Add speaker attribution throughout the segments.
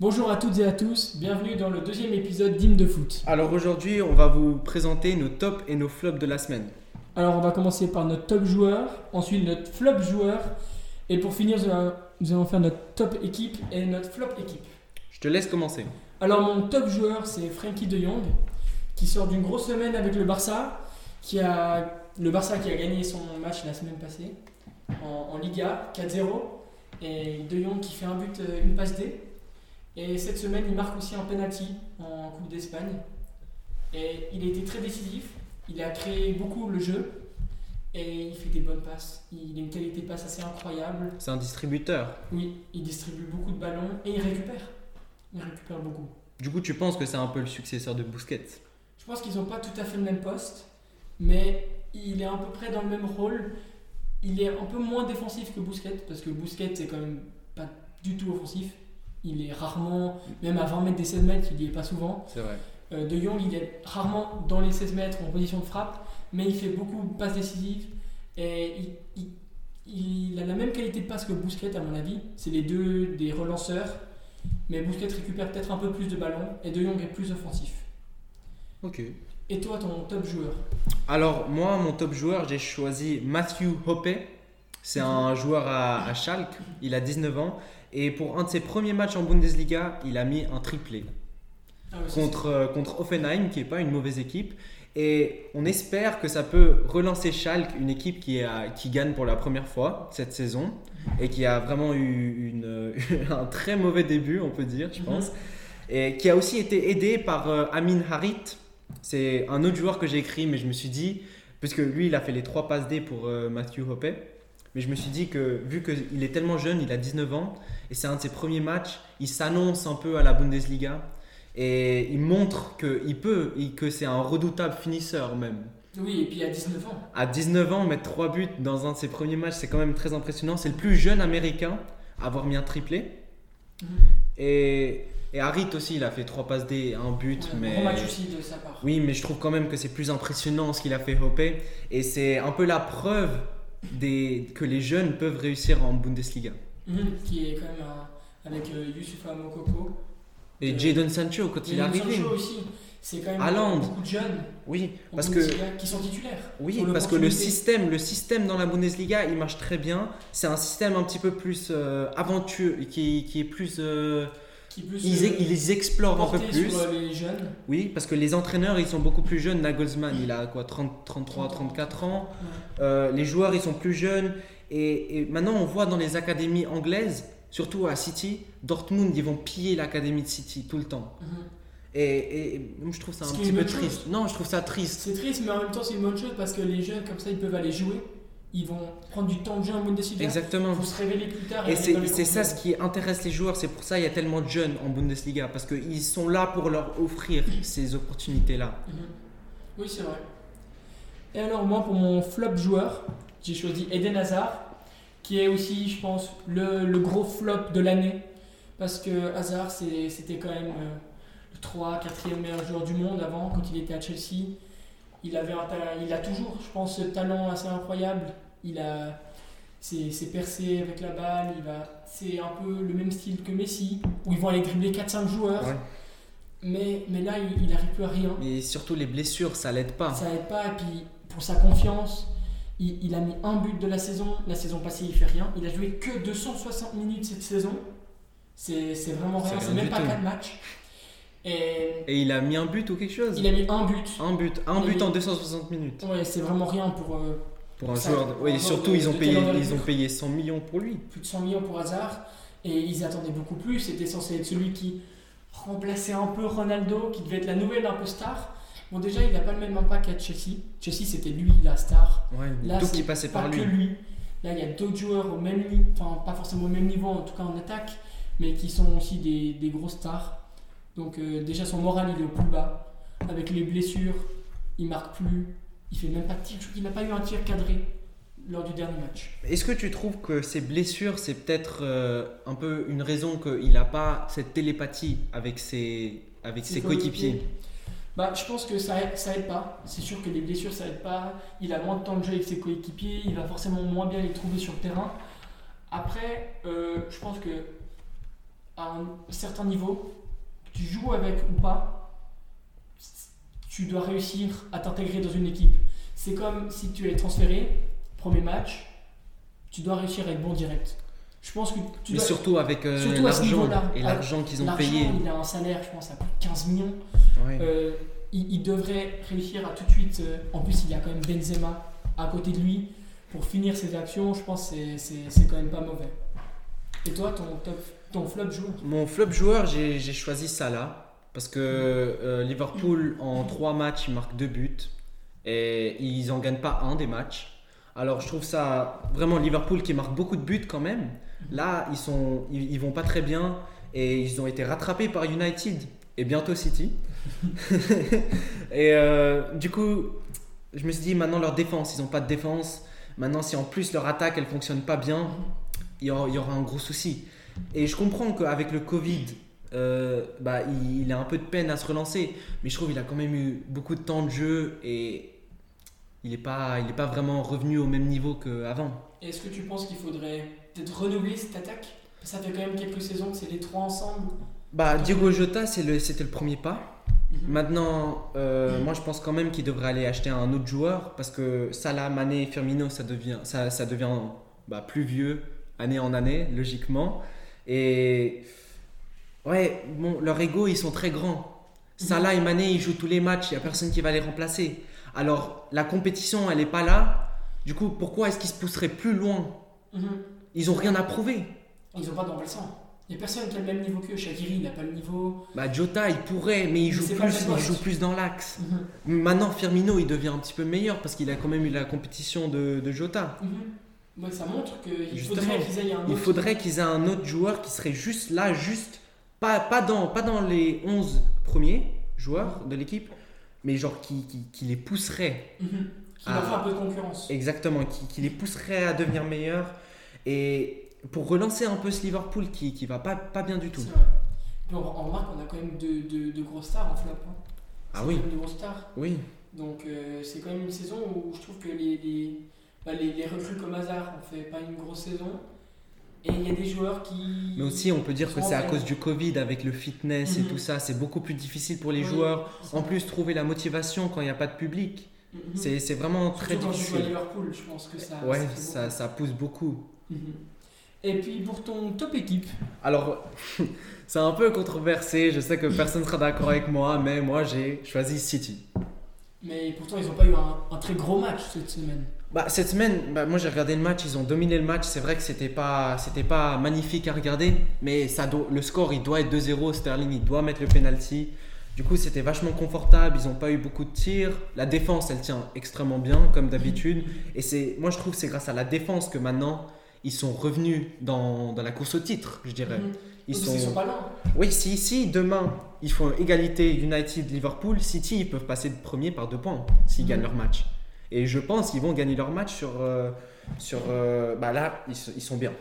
Speaker 1: Bonjour à toutes et à tous, bienvenue dans le deuxième épisode d'Hymne de foot.
Speaker 2: Alors aujourd'hui, on va vous présenter nos tops et nos flops de la semaine.
Speaker 1: Alors on va commencer par notre top joueur, ensuite notre flop joueur, et pour finir, nous allons- nous allons faire notre top équipe et notre flop équipe.
Speaker 2: Je te laisse commencer.
Speaker 1: Alors mon top joueur, c'est Frankie de Jong, qui sort d'une grosse semaine avec le Barça, qui a le Barça qui a gagné son match la semaine passée en, en Liga 4-0, et de Jong qui fait un but, euh, une passe D. Et cette semaine, il marque aussi un penalty en Coupe d'Espagne. Et il a été très décisif, il a créé beaucoup le jeu et il fait des bonnes passes. Il a une qualité de passe assez incroyable.
Speaker 2: C'est un distributeur.
Speaker 1: Oui, il distribue beaucoup de ballons et il récupère. Il récupère beaucoup.
Speaker 2: Du coup, tu penses que c'est un peu le successeur de Busquets
Speaker 1: Je pense qu'ils n'ont pas tout à fait le même poste, mais il est à peu près dans le même rôle. Il est un peu moins défensif que Bousquet, parce que Bousquet, c'est quand même pas du tout offensif. Il est rarement, même à 20 mètres des 16 mètres, il n'y est pas souvent.
Speaker 2: C'est vrai.
Speaker 1: Euh, de Jong, il est rarement dans les 16 mètres en position de frappe, mais il fait beaucoup de passes décisives. Et il, il- il a la même qualité de passe que Bousquet, à mon avis. C'est les deux des relanceurs, mais Bousquet récupère peut-être un peu plus de ballons, et De Jong est plus offensif.
Speaker 2: Ok.
Speaker 1: Et toi, ton top joueur
Speaker 2: Alors moi, mon top joueur, j'ai choisi Matthew Hoppe. C'est un joueur à, à Schalke. Il a 19 ans. Et pour un de ses premiers matchs en Bundesliga, il a mis un triplé.
Speaker 1: Ah ouais, ça,
Speaker 2: contre, euh, contre Offenheim, qui n'est pas une mauvaise équipe. Et on espère que ça peut relancer Schalke, une équipe qui, a, qui gagne pour la première fois cette saison et qui a vraiment eu une, euh, un très mauvais début, on peut dire, je
Speaker 1: Mhm.
Speaker 2: pense. Et qui a aussi été aidé par euh, Amin Harit. C'est un autre joueur que j'ai écrit, mais je me suis dit, parce que lui, il a fait les trois passes D pour euh, Mathieu Hoppe. Mais je me suis dit que vu qu'il est tellement jeune, il a 19 ans, et c'est un de ses premiers matchs, il s'annonce un peu à la Bundesliga, et il montre qu'il peut, et que c'est un redoutable finisseur même.
Speaker 1: c'est- Oui, et puis à 19 ans.
Speaker 2: À 19 ans, mettre 3 buts dans un de ses premiers matchs, c'est quand même très impressionnant. C'est le plus jeune américain à avoir mis un triplé.
Speaker 1: Mhm.
Speaker 2: Et, et Harit aussi, il a fait 3 passes D, un but,
Speaker 1: Ouais,
Speaker 2: mais...
Speaker 1: Gros match aussi de sa part.
Speaker 2: Oui, mais je trouve quand même que c'est plus impressionnant ce qu'il a fait Hoppe. Et c'est un peu la preuve des, que les jeunes peuvent réussir en Bundesliga.
Speaker 1: Mhm, Qui est quand même un- avec euh, Youssoufa Mokoko.
Speaker 2: Et
Speaker 1: Euh,
Speaker 2: Jadon Sancho, quand il est
Speaker 1: Jadon
Speaker 2: arrivé.
Speaker 1: Sancho aussi. C'est quand même
Speaker 2: Haaland.
Speaker 1: beaucoup de jeunes
Speaker 2: Oui,
Speaker 1: en
Speaker 2: parce que,
Speaker 1: Bundesliga qui sont titulaires.
Speaker 2: oui,
Speaker 1: Pour
Speaker 2: parce que le
Speaker 1: l'opportunité.
Speaker 2: système, le système dans la Bundesliga, il marche très bien. C'est un système un petit peu plus euh, aventureux, qui, qui est plus. euh,
Speaker 1: qui peut se
Speaker 2: ils, ils explorent un peu
Speaker 1: porter
Speaker 2: plus.
Speaker 1: sur euh, les jeunes.
Speaker 2: Oui, parce que les entraîneurs, ils sont beaucoup plus jeunes. Nagelsmann, il a quoi 30, 33, 34 ans. Euh, les joueurs, ils sont plus jeunes. Et, et maintenant, on voit dans les académies anglaises, surtout à City, Dortmund, ils vont piller l'académie de City tout le temps.
Speaker 1: Mhm.
Speaker 2: Et, et- et moi, je trouve ça un
Speaker 1: Ce qui est
Speaker 2: petit
Speaker 1: une
Speaker 2: peu
Speaker 1: bonne chose.
Speaker 2: triste. Non, je trouve ça triste.
Speaker 1: C'est triste, mais en même temps, c'est une bonne chose parce que les jeunes, comme ça, ils peuvent aller jouer. Ils vont prendre du temps de jeu en Bundesliga.
Speaker 2: Exactement.
Speaker 1: Pour se révéler plus tard. aller
Speaker 2: Et
Speaker 1: dans
Speaker 2: c'est
Speaker 1: les
Speaker 2: c'est ça ce
Speaker 1: compétitions.
Speaker 2: qui intéresse les joueurs. C'est pour ça qu'il y a tellement de jeunes en Bundesliga. Parce qu'ils sont là pour leur offrir ces opportunités-là.
Speaker 1: Mhm. Oui, c'est vrai. Et alors, moi, pour mon flop joueur, j'ai choisi Eden Hazard, qui est aussi, je pense, le, le gros flop de l'année. Parce que Hazard, c'est- c'était quand même euh, le 3, 4e meilleur joueur du monde avant, quand il était à Chelsea. Il, avait un ta- il a toujours, je pense, ce talent assez incroyable. Il a c'est c'est percé avec la balle, il va, c'est un peu le même style que Messi, où ils vont aller dribbler 4-5 joueurs.
Speaker 2: Ouais.
Speaker 1: Mais, mais là, il n'arrive plus à rien.
Speaker 2: Mais surtout, les blessures, ça l'aide pas.
Speaker 1: Ça aide pas. Et puis, pour sa confiance, il, il a mis un but de la saison. La saison passée, il fait rien. Il a joué que 260 minutes cette saison. C'est c'est vraiment
Speaker 2: C'est
Speaker 1: rien.
Speaker 2: rien
Speaker 1: C'est même
Speaker 2: du
Speaker 1: pas
Speaker 2: tout.
Speaker 1: 4 matchs. Et
Speaker 2: Et il a mis un but ou quelque chose
Speaker 1: il a mis un but.
Speaker 2: Un but, un
Speaker 1: Il a
Speaker 2: but
Speaker 1: mis-
Speaker 2: en 260 minutes.
Speaker 1: Ouais, c'est vraiment rien pour euh,
Speaker 2: Pour un
Speaker 1: Ça,
Speaker 2: joueur.
Speaker 1: pour
Speaker 2: Oui,
Speaker 1: un
Speaker 2: et
Speaker 1: joueur
Speaker 2: surtout,
Speaker 1: de-
Speaker 2: ils ont,
Speaker 1: de
Speaker 2: payé,
Speaker 1: talent
Speaker 2: ils ont
Speaker 1: d'Olivier.
Speaker 2: payé 100 millions pour lui.
Speaker 1: plus de 100 millions pour hasard. Et ils attendaient beaucoup plus. C'était censé être celui qui remplaçait un peu Ronaldo, qui devait être la nouvelle un peu star. Bon, déjà, il n'a pas le même impact qu'à Chelsea. Chelsea, c'était lui la star.
Speaker 2: Ouais, mais
Speaker 1: Là,
Speaker 2: tout
Speaker 1: c'est
Speaker 2: qui passait
Speaker 1: pas
Speaker 2: par lui.
Speaker 1: que lui. Là, il y a d'autres joueurs au même niveau, enfin pas forcément au même niveau, en tout cas en attaque, mais qui sont aussi des, des grosses stars. Donc euh, déjà son moral il est au plus bas. Avec les blessures, il marque plus. Il fait même pas de tir. Il n'a pas eu un tir cadré lors du dernier match.
Speaker 2: Est-ce que tu trouves que ces blessures, c'est peut-être euh, un peu une raison qu'il n'a pas cette télépathie avec ses, avec ses coéquipiers
Speaker 1: Bah, je pense que ça aide, ça aide pas. C'est sûr que les blessures ça aide pas. Il a moins de temps de jeu avec ses coéquipiers. Il va forcément moins bien les trouver sur le terrain. Après, euh, je pense que à un certain niveau, que tu joues avec ou pas, tu dois réussir à t'intégrer dans une équipe. C'est comme si tu es transféré, premier match, tu dois réussir à être bon direct. Je pense que tu
Speaker 2: Mais
Speaker 1: dois-
Speaker 2: surtout avec euh,
Speaker 1: surtout à ce
Speaker 2: l'argent
Speaker 1: niveau-là,
Speaker 2: et
Speaker 1: avec
Speaker 2: l'argent qu'ils ont
Speaker 1: l'argent,
Speaker 2: payé.
Speaker 1: Il a un salaire, je pense, à plus de 15 millions.
Speaker 2: Ouais.
Speaker 1: Euh, il, il devrait réussir à tout de suite. euh, en plus, il y a quand même Benzema à côté de lui pour finir ses actions. Je pense que c'est- c'est c'est quand même pas mauvais. Et toi, ton, top, ton flop joueur
Speaker 2: Mon flop joueur, j'ai j'ai choisi Salah. Parce que euh, Liverpool, en trois matchs, ils marquent deux buts. Et ils n'en gagnent pas un des matchs. Alors je trouve ça vraiment Liverpool qui marque beaucoup de buts quand même. Là, ils, sont, ils, ils vont pas très bien. Et ils ont été rattrapés par United et bientôt City. et euh, du coup, je me suis dit, maintenant leur défense, ils n'ont pas de défense. Maintenant, si en plus leur attaque, elle fonctionne pas bien, il y aura, il y aura un gros souci. Et je comprends qu'avec le Covid, euh, bah, il, il a un peu de peine à se relancer, mais je trouve qu'il a quand même eu beaucoup de temps de jeu et il n'est pas, il est pas vraiment revenu au même niveau qu'avant.
Speaker 1: Est-ce que tu penses qu'il faudrait peut-être renouveler cette attaque Ça fait quand même quelques saisons que c'est les trois ensemble.
Speaker 2: Bah, Diego Jota, c'est le- c'était le premier pas.
Speaker 1: Mhm.
Speaker 2: Maintenant, euh, moi je pense quand même qu'il devrait aller acheter un autre joueur parce que Salah, Mané, Firmino, ça devient, ça, ça devient bah, plus vieux année en année, logiquement. Et ouais, bon, leur ego, ils sont très grands. Salah et Mané, ils jouent tous les matchs, il n'y a personne qui va les remplacer. Alors, la compétition, elle n'est pas là. Du coup, pourquoi est-ce qu'ils se pousseraient plus loin
Speaker 1: Mhm.
Speaker 2: Ils n'ont rien à prouver.
Speaker 1: Ils n'ont pas d'envahissant. Il n'y a personne qui a le même niveau qu'eux. Shakiri, il n'a pas le niveau.
Speaker 2: Bah, Jota, il pourrait, mais il joue,
Speaker 1: c'est
Speaker 2: plus,
Speaker 1: pas le même
Speaker 2: il joue
Speaker 1: poste.
Speaker 2: plus dans l'axe.
Speaker 1: Mhm.
Speaker 2: Maintenant, Firmino, il devient un petit peu meilleur parce qu'il a quand même eu la compétition de, de Jota.
Speaker 1: Mhm. Ouais, ça montre qu'il
Speaker 2: Justement,
Speaker 1: faudrait qu'ils aillent à un
Speaker 2: Il
Speaker 1: autre-
Speaker 2: faudrait qu'ils aient un autre joueur qui serait juste là, juste pas, pas, dans, pas dans les 11 premiers joueurs de l'équipe, mais genre qui, qui, qui les pousserait.
Speaker 1: Mhm. Qu'il
Speaker 2: Ah.
Speaker 1: leur fasse un peu de concurrence.
Speaker 2: Exactement, qui, qui les pousserait à devenir meilleurs. Et pour relancer un peu ce Liverpool qui, qui va pas, pas bien du tout.
Speaker 1: C'est vrai. Puis on, on remarque qu'on a quand même deux, deux, deux grosses stars en flop. hein.
Speaker 2: Ah
Speaker 1: C'est
Speaker 2: oui.
Speaker 1: quand même Deux grosses stars.
Speaker 2: Oui,
Speaker 1: Donc euh, c'est quand même une saison où je trouve que les, les, bah, les, les recrues comme Hazard ont fait pas une grosse saison. Et il y a des joueurs qui.
Speaker 2: mais aussi on peut dire que c'est à cause du Covid avec le fitness et
Speaker 1: Mhm.
Speaker 2: tout ça, c'est beaucoup plus difficile pour les
Speaker 1: Oui.
Speaker 2: joueurs. En plus, trouver la motivation quand il n'y a pas de public.
Speaker 1: Mhm.
Speaker 2: C'est c'est vraiment très
Speaker 1: Surtout quand tu joues à
Speaker 2: difficile.
Speaker 1: Liverpool, je pense que ça.
Speaker 2: Ouais,
Speaker 1: fait
Speaker 2: ça, ça pousse beaucoup.
Speaker 1: beaucoup. Mhm. Et puis pour ton top équipe,
Speaker 2: Alors, c'est un peu controversé, je sais que personne ne sera d'accord avec moi, mais moi j'ai choisi City.
Speaker 1: mais pourtant ils n'ont pas eu un, un très gros match cette semaine.
Speaker 2: Bah, cette semaine, bah, moi j'ai regardé le match, ils ont dominé le match, c'est vrai que c'était pas, c'était pas magnifique à regarder, mais ça doit- le score il doit être 2-0, Sterling il doit mettre le penalty. Du coup, c'était vachement confortable, ils n'ont pas eu beaucoup de tirs. La défense, elle tient extrêmement bien, comme d'habitude. Et c'est, moi, je trouve que c'est grâce à la défense que maintenant, ils sont revenus dans, dans la course au titre, je dirais.
Speaker 1: Mhm.
Speaker 2: Ils
Speaker 1: Parce
Speaker 2: sont...
Speaker 1: qu'ils sont pas loin.
Speaker 2: Oui, si, si demain ils font égalité United-Liverpool, City ils peuvent passer de premier par deux points s'ils
Speaker 1: Mhm.
Speaker 2: gagnent leur match. Et je pense qu'ils vont gagner leur match sur. euh, sur euh, bah là, ils, se- ils sont bien.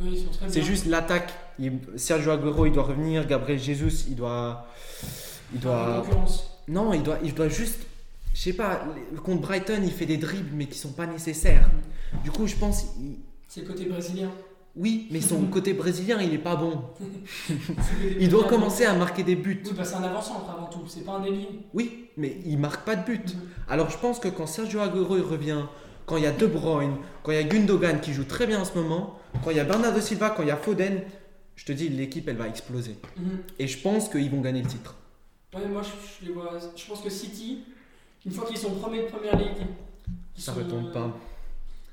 Speaker 1: Oui, ils sont très
Speaker 2: C'est
Speaker 1: bien.
Speaker 2: juste l'attaque. Il- Sergio Aguero il doit revenir, Gabriel Jesus il doit. Il
Speaker 1: En
Speaker 2: doit.
Speaker 1: concurrence.
Speaker 2: Non, il doit, il doit juste. Je sais pas, les- contre Brighton il fait des dribbles mais qui sont pas nécessaires. Du coup, je pense. il-
Speaker 1: C'est le côté brésilien.
Speaker 2: Oui, mais son côté brésilien il est pas bon.
Speaker 1: C'est le côté
Speaker 2: Il doit
Speaker 1: brésilien.
Speaker 2: commencer à marquer des buts.
Speaker 1: Oui, bah, c'est un avant-centre avant tout, c'est pas un ailier.
Speaker 2: Oui, mais il marque pas de but.
Speaker 1: Mhm.
Speaker 2: Alors je pense que quand Sergio Aguero il revient, quand il y a De Bruyne, quand il y a Gundogan qui joue très bien en ce moment, quand il y a Bernardo Silva, quand il y a Foden, je te dis l'équipe elle va exploser.
Speaker 1: Mhm.
Speaker 2: Et je pense qu'ils vont gagner le titre.
Speaker 1: Ouais, moi je, je les vois. Je pense que City, une fois qu'ils sont premiers de première ligue, ils
Speaker 2: Ça
Speaker 1: sont-
Speaker 2: retombe pas.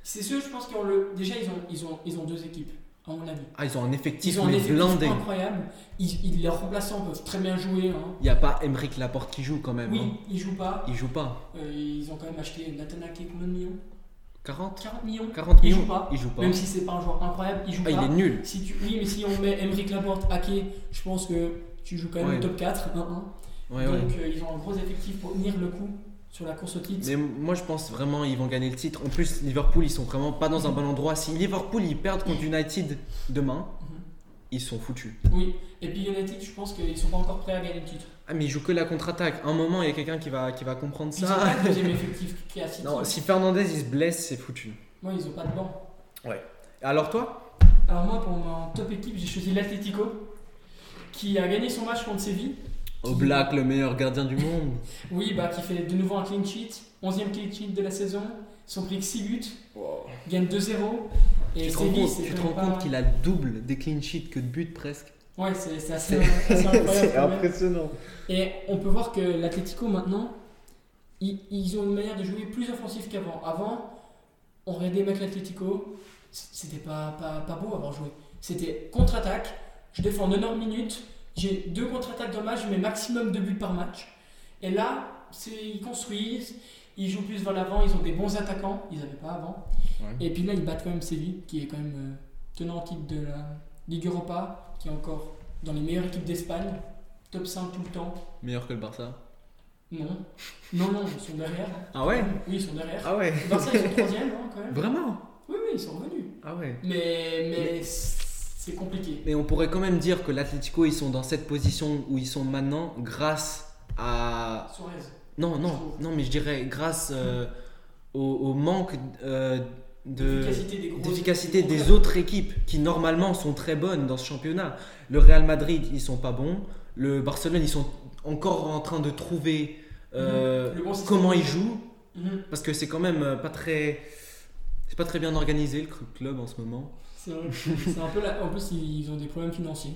Speaker 1: C'est ceux, je pense, qui ont le. Déjà, ils ont, ils ont, ils ont deux équipes, à mon avis.
Speaker 2: Ah ils ont un effectif
Speaker 1: Ils ont un
Speaker 2: mais
Speaker 1: effectif
Speaker 2: blindé.
Speaker 1: incroyable. Ils, ils- leurs remplaçants peuvent très bien jouer. hein.
Speaker 2: Il n'y a pas Emeric Laporte qui joue quand même.
Speaker 1: Oui,
Speaker 2: hein.
Speaker 1: ils jouent pas.
Speaker 2: Il joue pas.
Speaker 1: Euh, ils ont quand même acheté Nathan Ake combien de millions
Speaker 2: 40
Speaker 1: 40 millions.
Speaker 2: 40
Speaker 1: Il
Speaker 2: millions
Speaker 1: joue pas.
Speaker 2: Il joue pas.
Speaker 1: Même si c'est pas un joueur incroyable, ils jouent
Speaker 2: Ah, il
Speaker 1: pas.
Speaker 2: est nul.
Speaker 1: Si tu... Oui, mais si on met Emeric Laporte, Ake, je pense que tu joues quand même
Speaker 2: Ouais.
Speaker 1: au top 4, 1-1.
Speaker 2: Ouais, ouais.
Speaker 1: Donc euh, ils ont un gros effectif pour tenir le coup sur la course au titre.
Speaker 2: Mais moi je pense vraiment ils vont gagner le titre. En plus Liverpool ils sont vraiment pas dans un bon endroit. Si Liverpool ils perdent contre United demain,
Speaker 1: Mhm.
Speaker 2: ils sont foutus.
Speaker 1: Oui, et puis United, je pense qu'ils sont pas encore prêts à gagner le titre.
Speaker 2: Ah mais ils jouent que la contre-attaque. Un moment il y a quelqu'un qui va qui va comprendre
Speaker 1: Ils ont pas
Speaker 2: ça.
Speaker 1: le deuxième effectif qui a City.
Speaker 2: Non, si Fernandez il se blesse, c'est foutu.
Speaker 1: Moi, ils ont pas de banc.
Speaker 2: Alors toi
Speaker 1: Alors moi, pour mon top équipe, j'ai choisi l'Atletico. qui a gagné son match contre Séville.
Speaker 2: Oblak, Oh, le meilleur gardien du monde.
Speaker 1: Oui, bah, qui fait de nouveau un clean sheet. 11e clean sheet de la saison. Ils sont pris que 6 buts. Gagne 2-0. Et
Speaker 2: Tu te rends
Speaker 1: Séville,
Speaker 2: compte,
Speaker 1: c'est
Speaker 2: tu te
Speaker 1: vraiment
Speaker 2: rends
Speaker 1: pas-
Speaker 2: compte qu'il a le double des clean sheets que de buts presque.
Speaker 1: Ouais, c'est c'est assez, assez incroyable. quand même.
Speaker 2: impressionnant.
Speaker 1: Et on peut voir que l'Atlético maintenant, ils, ils ont une manière de jouer plus offensive qu'avant. Avant, on regardait les mecs l'Atlético, c'était pas, pas, pas beau avoir joué. C'était contre-attaque, je défends 90 minutes, j'ai deux contre-attaques dans le match, je mets maximum de buts par match. Et là, c'est- ils construisent, ils jouent plus vers l'avant, ils ont des bons attaquants, ils n'avaient pas avant.
Speaker 2: Ouais.
Speaker 1: Et puis là, ils battent quand même Séville, qui est quand même euh, tenant en titre de la Ligue Europa, qui est encore dans les meilleures équipes d'Espagne, top 5 tout le temps.
Speaker 2: Meilleur que le Barça.
Speaker 1: Non, non, non, ils sont derrière.
Speaker 2: Ah ouais
Speaker 1: Oui, ils sont derrière.
Speaker 2: Ah ouais
Speaker 1: Le Barça, ils sont troisième, hein, quand même.
Speaker 2: Vraiment
Speaker 1: Oui, oui, ils sont revenus.
Speaker 2: Ah ouais.
Speaker 1: Mais, mais c'est compliqué.
Speaker 2: Mais on pourrait quand même dire que l'Atlético, ils sont dans cette position où ils sont maintenant grâce à.
Speaker 1: Ah, Suarez.
Speaker 2: Non, non, non, mais je dirais grâce euh, au, au manque euh, de.
Speaker 1: L'efficacité des gros.
Speaker 2: d'efficacité
Speaker 1: gros
Speaker 2: des
Speaker 1: clubs.
Speaker 2: autres équipes qui normalement sont très bonnes dans ce championnat. Le Real Madrid, ils sont pas bons. Le Barcelone, ils sont encore en train de trouver euh,
Speaker 1: Mhm. Le bon système.
Speaker 2: comment ils jouent
Speaker 1: Mhm,
Speaker 2: parce que c'est quand même euh, pas très c'est pas très bien organisé le cl- club en ce moment.
Speaker 1: C'est vrai. C'est un peu la- En plus, ils ont des problèmes financiers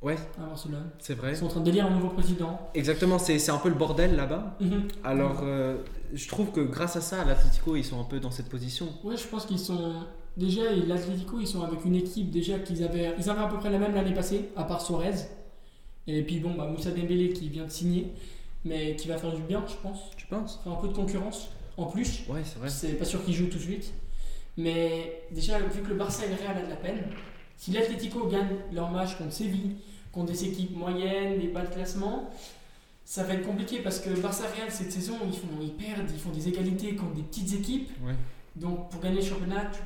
Speaker 2: Ouais,
Speaker 1: à Barcelone.
Speaker 2: c'est vrai.
Speaker 1: Ils sont en train de délire un nouveau président.
Speaker 2: Exactement, c'est c'est un peu le bordel là-bas.
Speaker 1: Mhm.
Speaker 2: Alors euh, je trouve que grâce à ça, l'Atlético, ils sont un peu dans cette position.
Speaker 1: Ouais, je pense qu'ils sont. Déjà, et l'Atlético, ils sont avec une équipe déjà qu'ils avaient. Ils avaient à peu près la même l'année passée, à part Suarez. Et puis bon, bah, Moussa Dembélé qui vient de signer, mais qui va faire du bien, je pense.
Speaker 2: Tu penses
Speaker 1: Faire un peu de concurrence en plus.
Speaker 2: Ouais, c'est vrai.
Speaker 1: C'est pas sûr qu'il joue tout de suite. Mais déjà, vu que le Barça et le Real a de la peine, si l'Atlético gagne leur match contre Séville, contre des équipes moyennes, des bas de classement, ça va être compliqué parce que Barça-Real, cette saison, ils, font, ils perdent, ils font des égalités contre des petites équipes.
Speaker 2: Ouais.
Speaker 1: Donc pour gagner le championnat, tu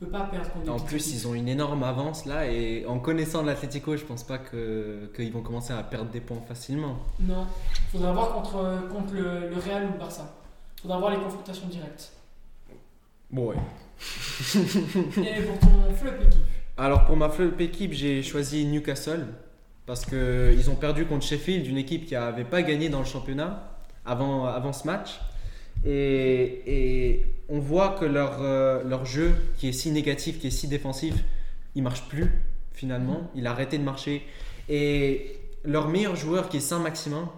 Speaker 1: peux pas perdre contre des
Speaker 2: En
Speaker 1: petites
Speaker 2: plus,
Speaker 1: équipes.
Speaker 2: ils ont une énorme avance là et en connaissant l'Atlético, je pense pas que qu'ils vont commencer à perdre des points facilement.
Speaker 1: Non, faudra voir contre, euh, contre le, le Real ou le Barça. Faudra voir les confrontations directes.
Speaker 2: Bon ouais.
Speaker 1: et pour ton flop équipe.
Speaker 2: Alors pour ma flop équipe, j'ai choisi Newcastle parce que ils ont perdu contre Sheffield, une équipe qui avait pas gagné dans le championnat avant avant ce match et, et on voit que leur euh, leur jeu qui est si négatif, qui est si défensif, il marche plus finalement, il a arrêté de marcher et leur meilleur joueur qui est Saint-Maximin,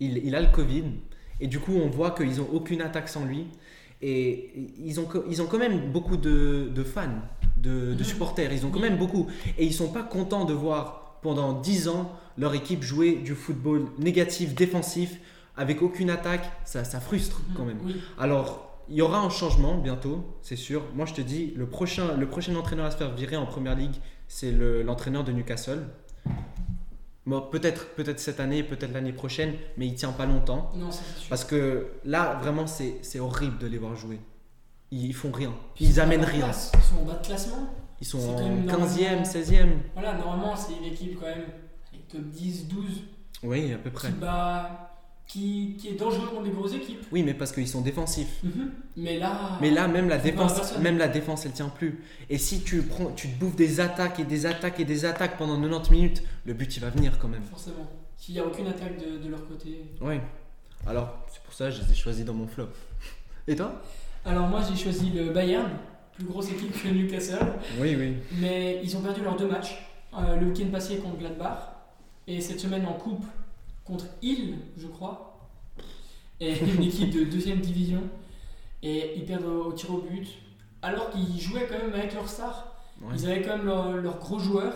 Speaker 2: il, il a le Covid et du coup on voit qu'ils ont aucune attaque sans lui et ils ont, co- ils ont quand même beaucoup de, de fans, de, de supporters, ils ont quand même beaucoup et ils sont pas contents de voir pendant 10 ans leur équipe jouer du football négatif, défensif, avec aucune attaque, ça, ça frustre
Speaker 1: Mhm.
Speaker 2: quand même.
Speaker 1: Oui.
Speaker 2: Alors, il y aura un changement bientôt, c'est sûr. Moi, je te dis, le prochain, le prochain entraîneur à se faire virer en première ligue, c'est le- l'entraîneur de Newcastle. Bon, peut-être peut-être cette année, peut-être l'année prochaine, mais il tient pas longtemps.
Speaker 1: Non, ça, c'est sûr.
Speaker 2: Parce que là, vraiment, c'est c'est horrible de les voir jouer. Ils font rien. Ils amènent
Speaker 1: Ils sont en
Speaker 2: rien.
Speaker 1: classe, Ils sont en bas de classement.
Speaker 2: Ils sont
Speaker 1: C'est quand
Speaker 2: en
Speaker 1: même
Speaker 2: 15e,
Speaker 1: normalement-
Speaker 2: 16e.
Speaker 1: Voilà, normalement, c'est une équipe quand même allez, top 10, 12
Speaker 2: Oui, à peu
Speaker 1: qui
Speaker 2: près.
Speaker 1: bat, qui, qui est dangereux contre des grosses équipes.
Speaker 2: Oui, mais parce qu'ils sont défensifs.
Speaker 1: Mhm. Mais là,
Speaker 2: Mais là, même la
Speaker 1: Faut voir
Speaker 2: défense,
Speaker 1: personne.
Speaker 2: même la défense, elle tient plus. Et si tu prends, tu te bouffes des attaques et des attaques et des attaques pendant 90 minutes, le but il va venir quand même.
Speaker 1: forcément, s'il n'y a aucune attaque de, de leur côté.
Speaker 2: Ouais. Alors c'est pour ça que je les ai choisis dans mon flop. Et toi
Speaker 1: Alors moi, j'ai choisi le Bayern, plus grosse équipe que Newcastle.
Speaker 2: Oui, oui.
Speaker 1: Mais ils ont perdu leurs deux matchs. Euh, le week-end passé contre Gladbach. Et cette semaine en coupe contre Hill, je crois. Et une équipe de deuxième division. Et ils perdent au, au tir au but. Alors qu'ils jouaient quand même avec leur star.
Speaker 2: Ouais.
Speaker 1: Ils avaient quand même leur, leur gros joueur.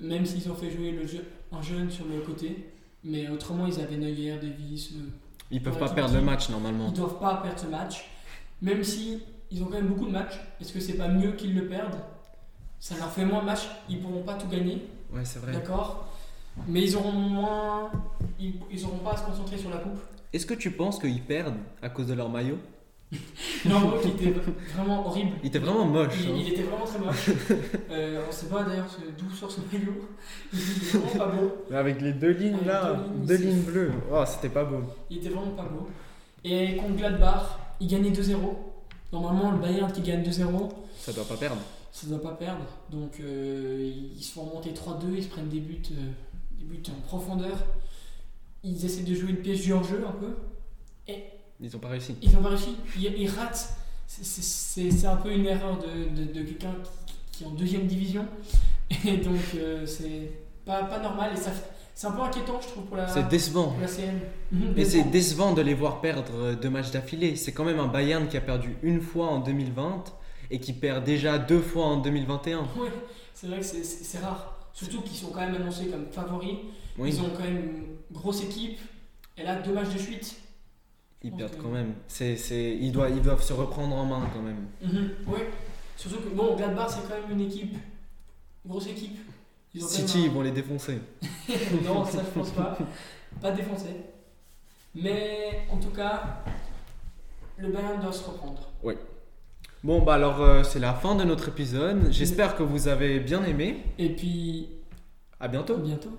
Speaker 1: Même s'ils ont fait jouer le jeu, un jeune sur le côté. Mais autrement, ils avaient Neuer, Davis. euh,
Speaker 2: Ils peuvent
Speaker 1: Ouais,
Speaker 2: pas
Speaker 1: tout
Speaker 2: perdre
Speaker 1: petit.
Speaker 2: le match
Speaker 1: ils
Speaker 2: normalement.
Speaker 1: doivent pas perdre ce match. Même si ils ont quand même beaucoup de matchs, est-ce que c'est pas mieux qu'ils le perdent Ça leur fait moins de matchs, ils pourront pas tout gagner,
Speaker 2: Ouais, c'est vrai.
Speaker 1: d'accord Mais ils auront moins. Ils, ils auront pas à se concentrer sur la coupe.
Speaker 2: Est-ce que tu penses qu'ils perdent à cause de leur maillot
Speaker 1: Leur qui était vraiment horrible.
Speaker 2: Il était vraiment moche.
Speaker 1: Il,
Speaker 2: hein.
Speaker 1: il était vraiment très moche. Euh, on sait pas d'ailleurs ce- d'où sort ce maillot. Il était vraiment pas beau.
Speaker 2: Avec les deux lignes
Speaker 1: Avec Ah, deux lignes, c'est-
Speaker 2: bleues. Oh, c'était pas beau.
Speaker 1: Il était vraiment pas beau. Et contre Gladbach, ils gagnaient 2-0. Normalement, le Bayern qui gagne 2-0,
Speaker 2: Ça doit pas perdre.
Speaker 1: ça ne doit pas perdre. Donc euh, ils se font remonter 3-2, ils se prennent des buts, euh, des buts en profondeur. Ils essaient de jouer une pièce du hors-jeu un peu.
Speaker 2: Ils ont pas réussi.
Speaker 1: Ils n'ont pas réussi, ils, ils ratent. C'est- c'est- C'est c'est un peu une erreur de, de- de quelqu'un qui, qui est en deuxième division. Et donc euh, c'est pas, pas normal et ça fait- c'est un peu inquiétant je trouve pour la,
Speaker 2: C'est
Speaker 1: pour
Speaker 2: décevant.
Speaker 1: la CM. Mhm,
Speaker 2: Mais c'est
Speaker 1: décevant.
Speaker 2: décevant de les voir perdre euh, deux matchs d'affilée. C'est quand même un Bayern qui a perdu une fois en 2020 et qui perd déjà deux fois en 2021.
Speaker 1: Ouais, c'est vrai que c'est- c'est c'est rare. Surtout qu'ils sont quand même annoncés comme favoris.
Speaker 2: Oui,
Speaker 1: Ils ont quand même une grosse équipe. Et là, deux matchs de suite.
Speaker 2: ils
Speaker 1: Ok.
Speaker 2: perdent quand même. C'est, c'est, ils, doivent, ils doivent se reprendre en main quand même.
Speaker 1: Mhm. Ouais. Surtout que, bon, Gladbach, c'est quand même une équipe. une grosse équipe. Ils ont quand même
Speaker 2: City,
Speaker 1: un-
Speaker 2: ils vont les défoncer.
Speaker 1: non, ça je pense pas. Pas défoncé. Mais en tout cas, le Bayern doit se reprendre.
Speaker 2: Bon, bah alors euh, c'est la fin de notre épisode. J'espère que vous avez bien aimé.
Speaker 1: Et puis,
Speaker 2: À
Speaker 1: à
Speaker 2: bientôt.
Speaker 1: bientôt.